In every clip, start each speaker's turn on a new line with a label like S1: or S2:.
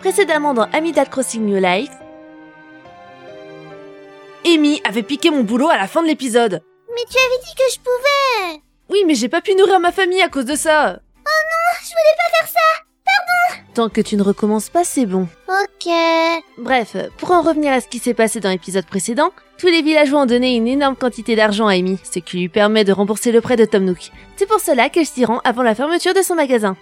S1: précédemment dans Amidad Crossing New Life, Amy avait piqué mon boulot à la fin de l'épisode.
S2: Mais tu avais dit que je pouvais.
S1: Oui, mais j'ai pas pu nourrir ma famille à cause de ça.
S2: Oh Je voulais pas faire ça.
S1: Tant que tu ne recommences pas, c'est bon.
S2: Ok.
S1: Bref, pour en revenir à ce qui s'est passé dans l'épisode précédent, tous les villageois ont donné une énorme quantité d'argent à Amy, ce qui lui permet de rembourser le prêt de Tom Nook. C'est pour cela qu'elle s'y rend avant la fermeture de son magasin.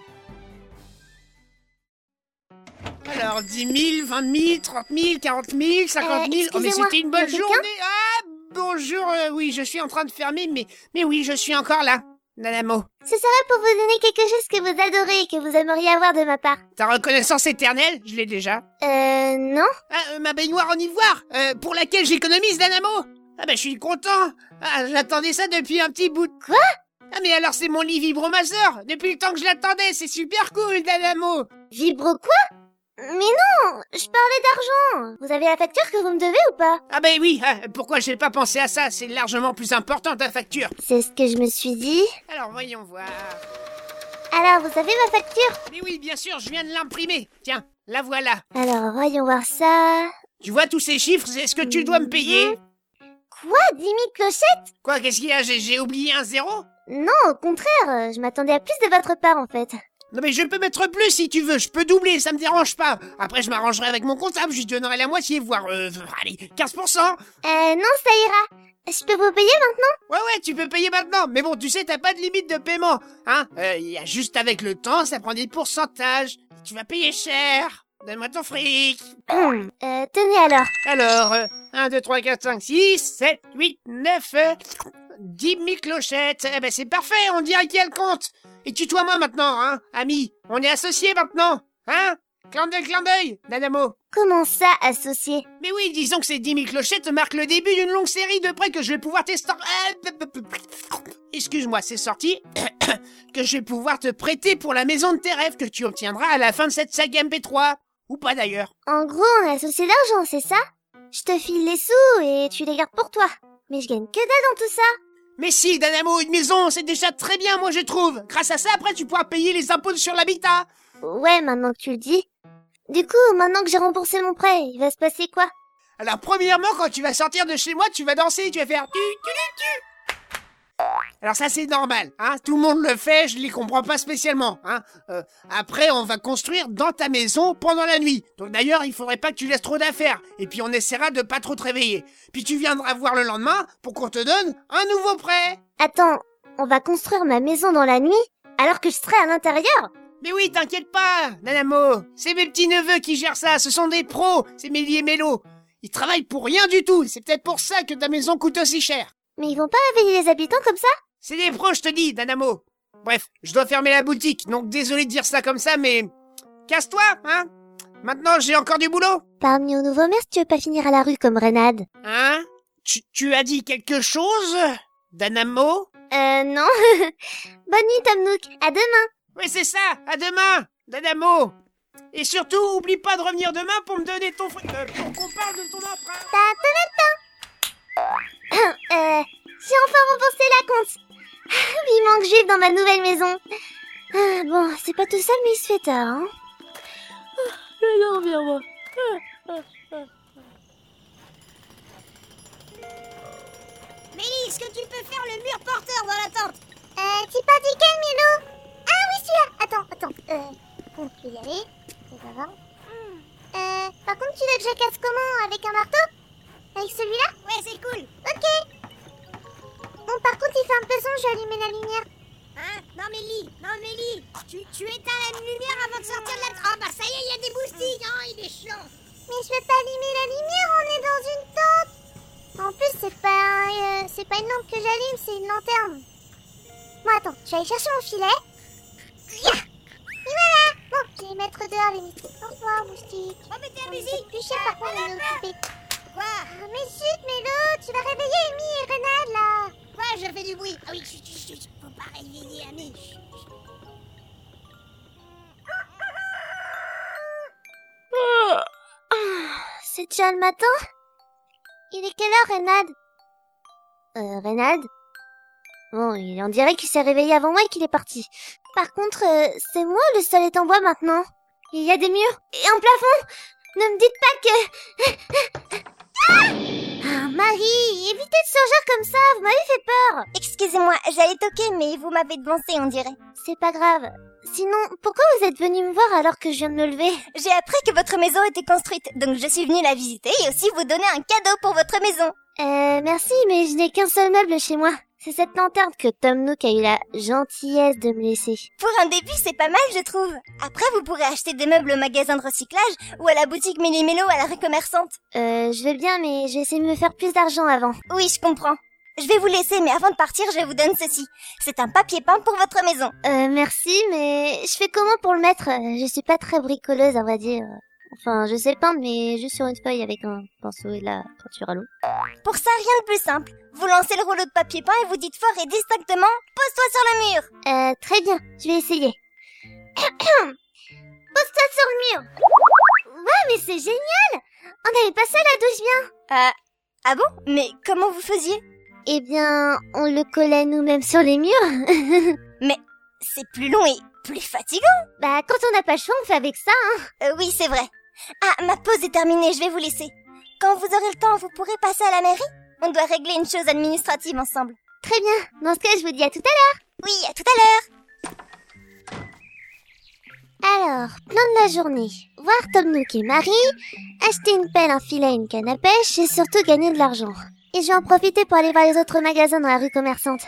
S3: Alors, 10 000, 20 000, 30 000, 40 000, 50 000. oh, mais
S2: Euh, excusez-moi,
S3: c'était une
S2: y a
S3: bonne
S2: quelqu'un
S3: journée. Ah, bonjour. euh, oui, je suis en train de fermer, mais, mais oui, je suis encore là. Nanamo,
S2: Ce serait pour vous donner quelque chose que vous adorez et que vous aimeriez avoir de ma part.
S3: ta reconnaissance éternelle, je l'ai déjà.
S2: Euh, non
S3: Ah, euh, ma baignoire en ivoire, euh, pour laquelle j'économise, Nanamo. Ah, bah, je suis content. Ah, j'attendais ça depuis un petit bout. de-
S2: Quoi
S3: Ah, mais alors, c'est mon lit vibromasseur. Depuis le temps que je l'attendais, c'est super cool, Nanamo.
S2: Vibro quoi Mais non Je parlais d'argent Vous avez la facture que vous me devez ou pas
S3: Ah, bah oui, ah, pourquoi j'ai pas pensé à ça C'est largement plus important ta facture.
S2: C'est ce que je me suis dit.
S3: Alors, voyons voir.
S2: Alors, vous avez ma facture
S3: Mais oui, bien sûr, je viens de l'imprimer. Tiens, la voilà.
S2: Alors, voyons voir ça.
S3: Tu vois tous ces chiffres, c'est ce que tu dois me payer.
S2: Quoi 10 000 clochettes
S3: Quoi, qu'est-ce qu'il y a J'ai j'ai oublié un zéro
S2: Non, au contraire, euh, je m'attendais à plus de votre part en fait.
S3: Non mais je peux mettre plus si tu veux, je peux doubler, ça me dérange pas. Après, je m'arrangerai avec mon comptable, je lui donnerai la moitié, voire, euh, allez, 15%.
S2: Euh, non, ça ira. Je peux vous payer maintenant
S3: Ouais, ouais, tu peux payer maintenant. Mais bon, tu sais, t'as pas de limite de paiement. Hein Euh, Il y a juste avec le temps, ça prend des pourcentages. Tu vas payer cher. Donne-moi ton fric.
S2: Euh, tenez alors.
S3: Alors, euh, 1, 2, 3, 4, 5, 6, 7, 8, 9, 10 000 euh, clochettes. Eh ben c'est parfait, on dirait qu'il y a le compte. Et tutoie-moi maintenant, hein, ami. On est associés maintenant, hein Clin d'œil, clin d'œil, Nanamo.
S2: Comment ça, associé
S3: Mais oui, disons que ces 10 000 clochettes marquent le début d'une longue série de prêts que je vais pouvoir tester. Excuse-moi, c'est sorti. que je vais pouvoir te prêter pour la maison de tes rêves que tu obtiendras à la fin de cette saga MP3. Ou pas d'ailleurs.
S2: En gros, on est associé d'argent, c'est ça Je te file les sous et tu les gardes pour toi. Mais je gagne que dalle dans tout ça.
S3: Mais si, Danamo, une maison, c'est déjà très bien, moi je trouve. Grâce à ça, après, tu pourras payer les impôts sur l'habitat.
S2: Ouais, maintenant que tu le dis. Du coup, maintenant que j'ai remboursé mon prêt, il va se passer quoi
S3: Alors, premièrement, quand tu vas sortir de chez moi, tu vas danser, tu vas faire tu, tu, tu, tu. Alors ça, c'est normal, hein. Tout le monde le fait, je les comprends pas spécialement, hein. Euh, après, on va construire dans ta maison pendant la nuit. Donc d'ailleurs, il faudrait pas que tu laisses trop d'affaires. Et puis, on essaiera de pas trop te réveiller. Puis, tu viendras voir le lendemain pour qu'on te donne un nouveau prêt.
S2: Attends, on va construire ma maison dans la nuit alors que je serai à l'intérieur
S3: Mais oui, t'inquiète pas, Nanamo. C'est mes petits neveux qui gèrent ça. Ce sont des pros. C'est Mélie et Mélo. Ils travaillent pour rien du tout. C'est peut-être pour ça que ta maison coûte aussi cher.
S2: Mais ils vont pas réveiller les habitants comme ça
S3: C'est des pros, je te dis, Nanamo. Bref, je dois fermer la boutique. Donc désolé de dire ça comme ça, mais casse-toi, hein. Maintenant, j'ai encore du boulot,
S2: Parmi nos nouveaux maires, si tu veux pas finir à la rue comme Renade
S3: hein. Tu, tu as dit quelque chose, Danamo
S2: Euh, non. Bonne nuit, Tom Nook. À demain.
S3: Oui, c'est ça. À demain, Danamo. Et surtout, oublie pas de revenir demain pour me donner ton fri- euh, pour qu'on parle de ton emprunt.
S2: Euh, j'ai enfin remboursé la compte. Ah Il manque juif dans ma nouvelle maison. Ah, bon, c'est pas tout seul, mais il se fait tard, hein.
S4: Mélie, est-ce que tu peux faire le mur porteur dans la tente
S2: Euh, tu parles duquel, Milo Ah oui, celui-là Attends, attends, euh... Bon, je vais y aller, on va voir.
S4: Hmm.
S2: Euh, par contre, tu veux que je casse comment Avec un marteau Avec celui-là
S4: Ouais, c'est cool
S2: Ok Bon, par contre, il fait un peu son, je vais allumer la lumière.
S4: Hein Non, Mélie Non, Mélie tu, tu éteins la lumière avant de sortir de la tente Ah bah ça y est, il y a des moustiques Oh, il est chiant
S2: Hmm. Mais je peux pas allumer la lumière, on est dans une tente En plus, c'est pas, un- euh, c'est pas une lampe que j'allume, c'est une lanterne. Bon, attends, je vais aller chercher mon filet. Ya Et voilà Bon, je vais les mettre dehors, les moustiques. Au revoir, moustiques.
S4: Remettez la
S2: On les
S4: musique
S2: épluchait, par contre, on est occupés.
S4: Quoi
S2: Ah, mais chut, Mélo, tu vas réveiller Amy et Renade, là
S4: Quoi Je fais du bruit Ah oui, chut, chut, chut Faut pas réveiller Ami Chut, chut.
S2: Ah, C'est déjà le matin Il est quelle heure, Renade Euh, Renade Bon, il en dirait qu'il s'est réveillé avant moi et qu'il est parti. Par contre, euh, c'est moi le seul est en bois maintenant. Il y a des murs et un plafond Ne me dites pas que... Ah, Marie, évitez de surgir comme ça, vous m'avez fait peur
S5: Excusez-moi, j'allais toquer, mais vous m'avez devancé, on dirait.
S2: C'est pas grave. Sinon, pourquoi vous êtes venu me voir alors que je viens de me lever
S5: J'ai appris que votre maison était construite, donc je suis venue la visiter et aussi vous donner un cadeau pour votre maison.
S2: Euh, merci, mais je n'ai qu'un seul meuble chez moi. C'est cette lanterne que Tom Nook a eu la gentillesse de me laisser.
S5: Pour un début, c'est pas mal, je trouve. Après, vous pourrez acheter des meubles au magasin de recyclage ou à la boutique Méli-Mélo à la rue commerçante.
S2: Euh, je vais bien, mais je vais essayer de me faire plus d'argent avant.
S5: Oui, je comprends. Je vais vous laisser, mais avant de partir, je vous donne ceci. C'est un papier peint pour votre maison.
S2: Euh, merci, mais je fais comment pour le mettre Euh, Je suis pas très bricoleuse, à vrai dire. Euh, Enfin, je sais peindre, mais juste sur une feuille avec un pinceau et de la peinture à l'eau.
S5: Pour ça, rien de plus simple. Vous lancez le rouleau de papier peint et vous dites fort et distinctement « Pose-toi sur le mur !»
S2: Euh, très bien, je vais essayer. Pose-toi sur le mur Ouais, mais c'est génial On avait pas ça là d'où je viens
S5: Ah, ah bon Mais comment vous faisiez
S2: Eh bien, on le collait nous-mêmes sur les murs.
S5: C'est plus long et plus fatigant.
S2: bah, quand on n'a pas le choix, on fait avec ça, hein.
S5: Euh, oui, c'est vrai. Ah, ma pause est terminée, je vais vous laisser. Quand vous aurez le temps, vous pourrez passer à la mairie On doit régler une chose administrative ensemble.
S2: Très bien. Dans ce cas, je vous dis à tout
S5: Oui, à tout à l'heure
S2: à l'heure. Alors, plan de la journée. Voir Tom Nook et Marie, acheter une pelle, un filet et une canne à pêche et surtout gagner de l'argent. Et je vais en profiter pour aller voir les autres magasins dans la rue commerçante.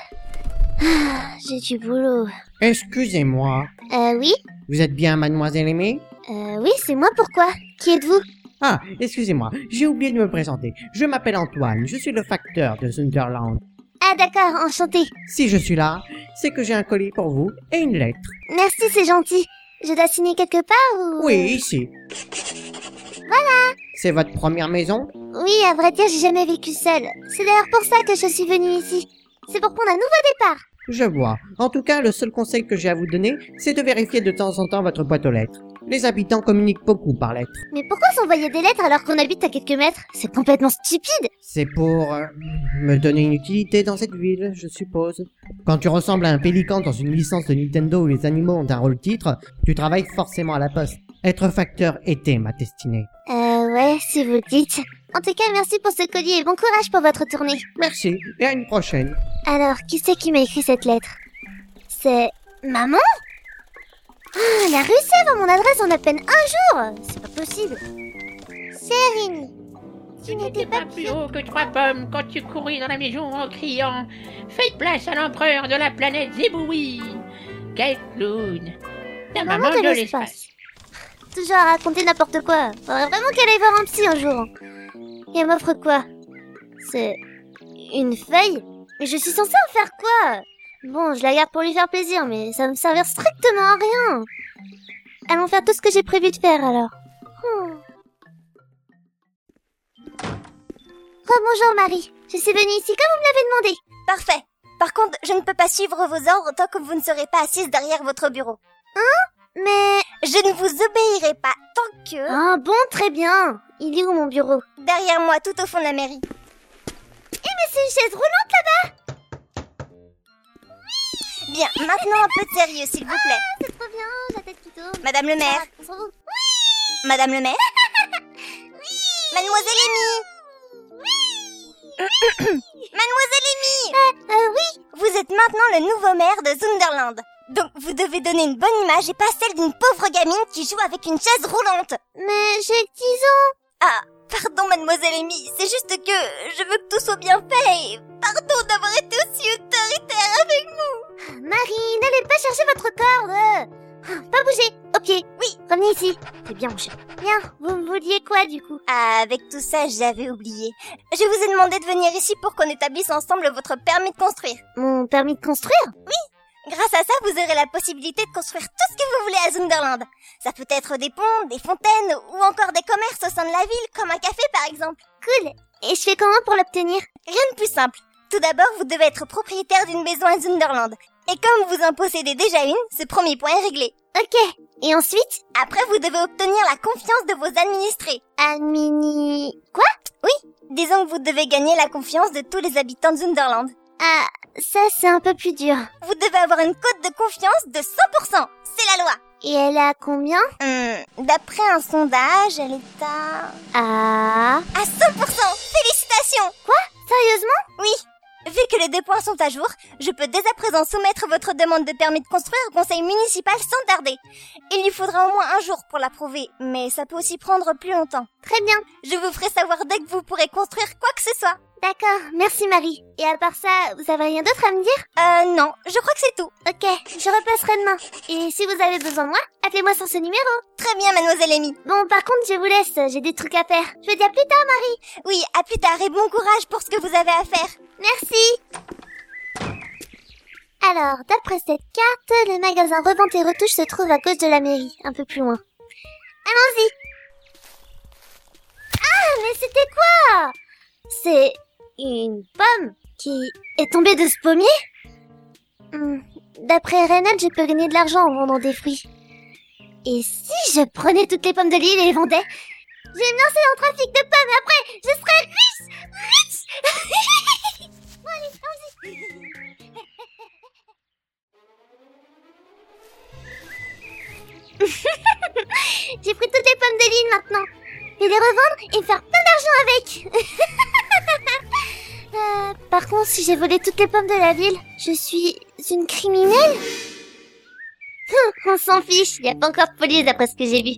S2: Ah, j'ai du boulot.
S3: Excusez-moi,
S2: Euh, oui
S3: vous êtes bien mademoiselle Aimée
S2: Euh, oui, c'est moi, pourquoi Qui êtes-vous
S3: Ah, excusez-moi, j'ai oublié de me présenter. Je m'appelle Antoine, je suis le facteur de Sunderland.
S2: Ah, d'accord, enchanté.
S3: Si je suis là, c'est que j'ai un colis pour vous et une lettre.
S2: Merci, c'est gentil. Je dois signer quelque part ou...
S3: Oui, ici. Voilà C'est votre première maison
S2: Oui, à vrai dire, j'ai jamais vécu seule. C'est d'ailleurs pour ça que je suis venue ici. C'est pour prendre un nouveau départ.
S3: Je vois. En tout cas, le seul conseil que j'ai à vous donner, c'est de vérifier de temps en temps votre boîte aux lettres. Les habitants communiquent beaucoup par lettres.
S2: Mais pourquoi s'envoyer des lettres alors qu'on habite à quelques mètres C'est complètement stupide
S3: C'est pour euh, me donner une utilité dans cette ville, je suppose. Quand tu ressembles à un pélican dans une licence de Nintendo où les animaux ont un rôle titre, tu travailles forcément à la poste. Être facteur était ma destinée.
S2: Euh, ouais, si vous le dites. En tout cas, merci pour ce colis et bon courage pour votre tournée.
S3: Merci et à une prochaine.
S2: Alors, qui c'est qui m'a écrit cette lettre C'est... Maman Ah, elle a réussi à avoir mon adresse en à peine un jour C'est pas possible C'est Rini.
S6: Tu n'étais pas plus haut que trois pommes quand tu courais dans la maison en criant Faites place à l'empereur de la planète Zéboui Quel clown Ta
S2: Maman de l'espace. Toujours à raconter n'importe quoi. Faudrait vraiment qu'elle aille voir un psy un jour. Et elle m'offre quoi C'est... Une feuille Mais je suis censée en faire quoi Bon, je la garde pour lui faire plaisir, mais ça me servir strictement à rien. Allons faire tout ce que j'ai prévu de faire alors. Hmm. Rebonjour Oh, Marie. Je suis venue ici comme vous me l'avez demandé.
S5: Parfait. Par contre, je ne peux pas suivre vos ordres tant que vous ne serez pas assise derrière votre bureau.
S2: Mais...
S5: Je ne vous obéirai pas tant que...
S2: Ah bon, très bien. Il est où mon bureau Eh,
S5: Derrière moi, tout au fond de la mairie.
S2: C'est une chaise roulante
S5: Bien, maintenant un peu de sérieux, s'il vous plaît.
S2: C'est trop bien, la tête qui tourne.
S5: Madame le maire, Madame le maire Mademoiselle Amy Mademoiselle
S2: Euh, oui
S5: Amy Vous êtes maintenant le nouveau maire de Sunderland. Donc vous devez donner une bonne image et pas celle d'une pauvre gamine qui joue avec une chaise roulante. Ah,
S2: Mais j'ai que 10 ans.
S5: Pardon Mademoiselle Amy, c'est juste que je veux que tout soit bien fait et pardon d'avoir été aussi autoritaire avec vous.
S2: Marie, n'allez pas chercher votre corde. Ah, Pas bouger. Au pied. Oui. Revenez ici. C'est bien, mon chat. Bien. Vous me vouliez quoi, du coup
S5: Ah, Avec tout ça, j'avais oublié. Je vous ai demandé de venir ici pour qu'on établisse ensemble votre permis de construire.
S2: Mon permis de construire
S5: Grâce à ça, vous aurez la possibilité de construire tout ce que vous voulez à Zunderland. Ça peut être des ponts, des fontaines ou encore des commerces au sein de la ville, comme un café par exemple.
S2: Cool. Et je fais comment pour l'obtenir
S5: Rien de plus simple. Tout d'abord, vous devez être propriétaire d'une maison à Zunderland. Et comme vous en possédez déjà une, ce premier point est réglé.
S2: Ok. Et ensuite
S5: Après, vous devez obtenir la confiance de vos administrés.
S2: Admini... Quoi
S5: Disons que vous devez gagner la confiance de tous les habitants de Zunderland.
S2: Ah, ça, c'est un peu plus dur.
S5: Vous devez avoir une cote de confiance de 100%. C'est la loi.
S2: Et elle a combien
S5: Hum, D'après un sondage, elle est à...
S2: Ah.
S5: À 100% Félicitations
S2: Sérieusement
S5: Oui Vu que les deux points sont à jour, je peux dès à présent soumettre votre demande de permis de construire au conseil municipal sans tarder. Il lui faudra au moins un jour pour l'approuver, mais ça peut aussi prendre plus longtemps.
S2: Très bien.
S5: Je vous ferai savoir dès que vous pourrez construire quoi que ce soit.
S2: D'accord. Merci Marie. Et à part ça, vous avez rien d'autre à me dire
S5: Euh, non, je crois que c'est tout.
S2: Ok, je repasserai demain. Et si vous avez besoin de moi, appelez-moi sur ce numéro.
S5: Très bien, mademoiselle Amy.
S2: Bon, par contre, je vous laisse. J'ai des trucs à faire. Je vous dis à plus tard, Marie.
S5: Oui, à plus tard et bon courage pour ce que vous avez à faire.
S2: Merci Alors, d'après cette carte, le magasin Revente et Retouche se trouve à gauche de la mairie, un peu plus loin. Allons-y Ah, mais c'était quoi C'est une pomme qui est tombée de ce pommier Hmm, D'après Reynald, je peux gagner de l'argent en vendant des fruits. Et si je prenais toutes les pommes de l'île et les vendais Je vais me lancer dans le trafic de pommes et après, je serai riche Riche J'ai pris toutes les pommes de l'île maintenant. Je vais les revendre et me faire plein d'argent avec. Euh, par contre, si j'ai volé toutes les pommes de la ville, je suis une criminelle Hum, On s'en fiche, il n'y a pas encore de police après ce que j'ai vu.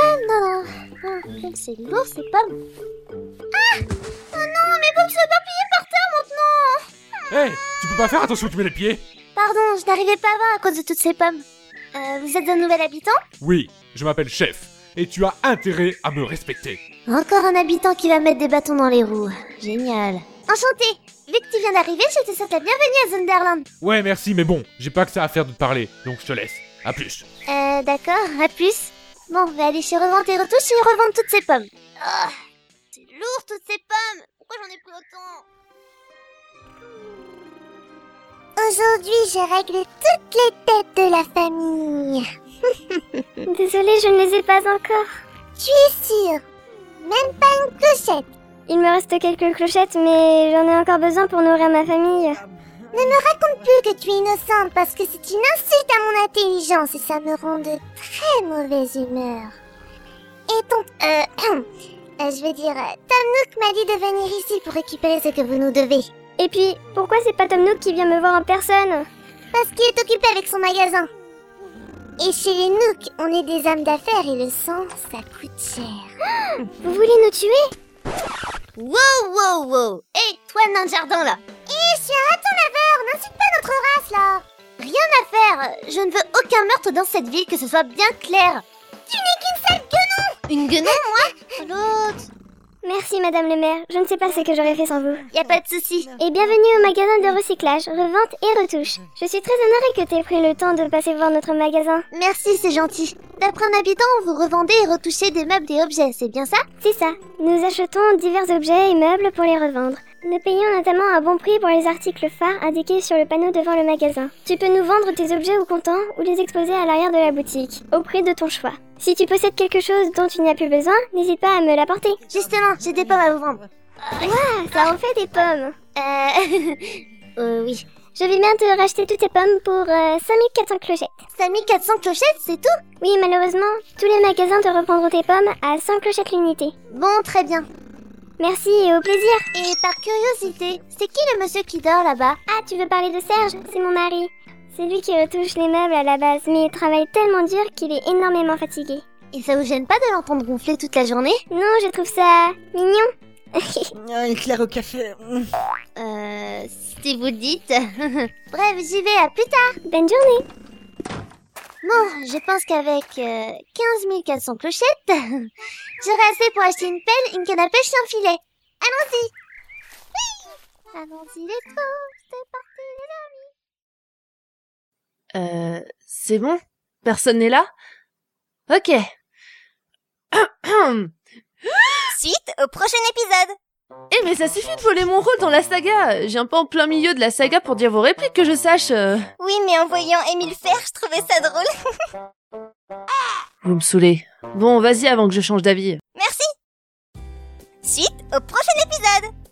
S2: Ah non, non, Ah, comme c'est lourd ces pommes. Ah Oh non, mes pommes sont éparpillées par terre maintenant
S7: Hé, Eh, tu peux pas faire attention où tu mets les pieds
S2: Pardon, je n'arrivais pas à voir à cause de toutes ces pommes. Euh, vous êtes un nouvel habitant
S7: Oui, je m'appelle Chef, et tu as intérêt à me respecter.
S2: Encore un habitant qui va mettre des bâtons dans les roues. Génial. Enchanté. Vu que tu viens d'arriver, je te souhaite la bienvenue à Zunderland.
S7: Ouais, merci, mais bon, j'ai pas que ça à faire de te parler, donc je te laisse. À plus.
S2: Euh, d'accord, à plus. Bon, on va aller chez Revente et Retouche et revendre toutes ces pommes. Ah, c'est lourd toutes ces pommes. Pourquoi j'en ai pris autant
S4: Aujourd'hui, je règle toutes les têtes de la famille.
S2: Désolée, je ne les ai pas encore.
S4: Tu es sûre Même pas une clochette.
S2: Il me reste quelques clochettes, mais j'en ai encore besoin pour nourrir ma famille.
S4: Plus que tu es innocente parce que c'est une insulte à mon intelligence et ça me rend de très mauvaise humeur. Et ton... Euh... euh, je veux dire, euh, Tom Nook m'a dit de venir ici pour récupérer ce que vous nous devez.
S2: Et puis, pourquoi c'est pas Tom Nook qui vient me voir en personne
S4: Parce qu'il est occupé avec son magasin. Et chez les Nook, on est des âmes d'affaires et le sang, ça coûte cher.
S2: Vous voulez nous tuer
S5: Wow, wow, wow Hé, toi, nain de jardin, là
S4: Et je suis un raton laveur, n'insulte pas notre race là
S2: Faire Je ne veux aucun meurtre dans cette ville, que ce soit bien clair.
S5: Une guenon
S8: Merci Madame le maire, je ne sais pas ce que j'aurais fait sans vous.
S2: Y a pas de souci.
S8: Et bienvenue au magasin de recyclage, revente et retouche. Je suis très honorée que t'aies pris le temps de passer voir notre magasin.
S2: Merci, c'est gentil. D'après un habitant, vous revendez et retouchez des meubles et objets, c'est bien ça
S8: C'est ça, nous achetons divers objets et meubles pour les revendre. Nous payons notamment un bon prix pour les articles phares indiqués sur le panneau devant le magasin. Tu peux nous vendre tes objets au comptant ou les exposer à l'arrière de la boutique, au prix de ton choix. Si tu possèdes quelque chose dont tu n'as plus besoin, n'hésite pas à me l'apporter.
S2: Justement, j'ai des pommes à vous vendre.
S8: Ah, ça en fait des pommes
S2: Euh... euh oui.
S8: Je vais bien te racheter toutes tes pommes pour euh, 5400 clochettes.
S2: 5400 clochettes, c'est tout
S8: Oui, malheureusement, tous les magasins te reprendront tes pommes à 100 clochettes l'unité.
S2: Bon, très bien.
S8: Merci et au plaisir.
S2: Et par curiosité, c'est qui le monsieur qui dort là-bas
S8: Ah, tu veux parler de Serge C'est mon mari. C'est lui qui retouche les meubles à la base, mais il travaille tellement dur qu'il est énormément fatigué.
S2: Et ça vous gêne pas de l'entendre gonfler toute la journée
S8: Non, je trouve ça mignon.
S9: Ah, éclair au café.
S2: Euh... Si vous dites... Bref, j'y vais, à plus tard
S8: Bonne journée.
S2: Bon, je pense qu'avec euh, 15 400 clochettes, j'aurai assez pour acheter une pelle, une canne à pêche et un filet. Allons-y Oui Allons-y les trous, c'est parti
S1: Euh, c'est bon Personne n'est là Ok.
S5: Suite au prochain épisode
S1: Eh mais ça suffit de voler mon rôle dans la saga J'ai un peu en plein milieu de la saga pour dire vos répliques que je sache euh.
S5: Oui, mais en voyant Émile faire, je trouvais ça drôle.
S1: Vous me saoulez. Bon, vas-y avant que je change d'avis.
S5: Merci Suite au prochain épisode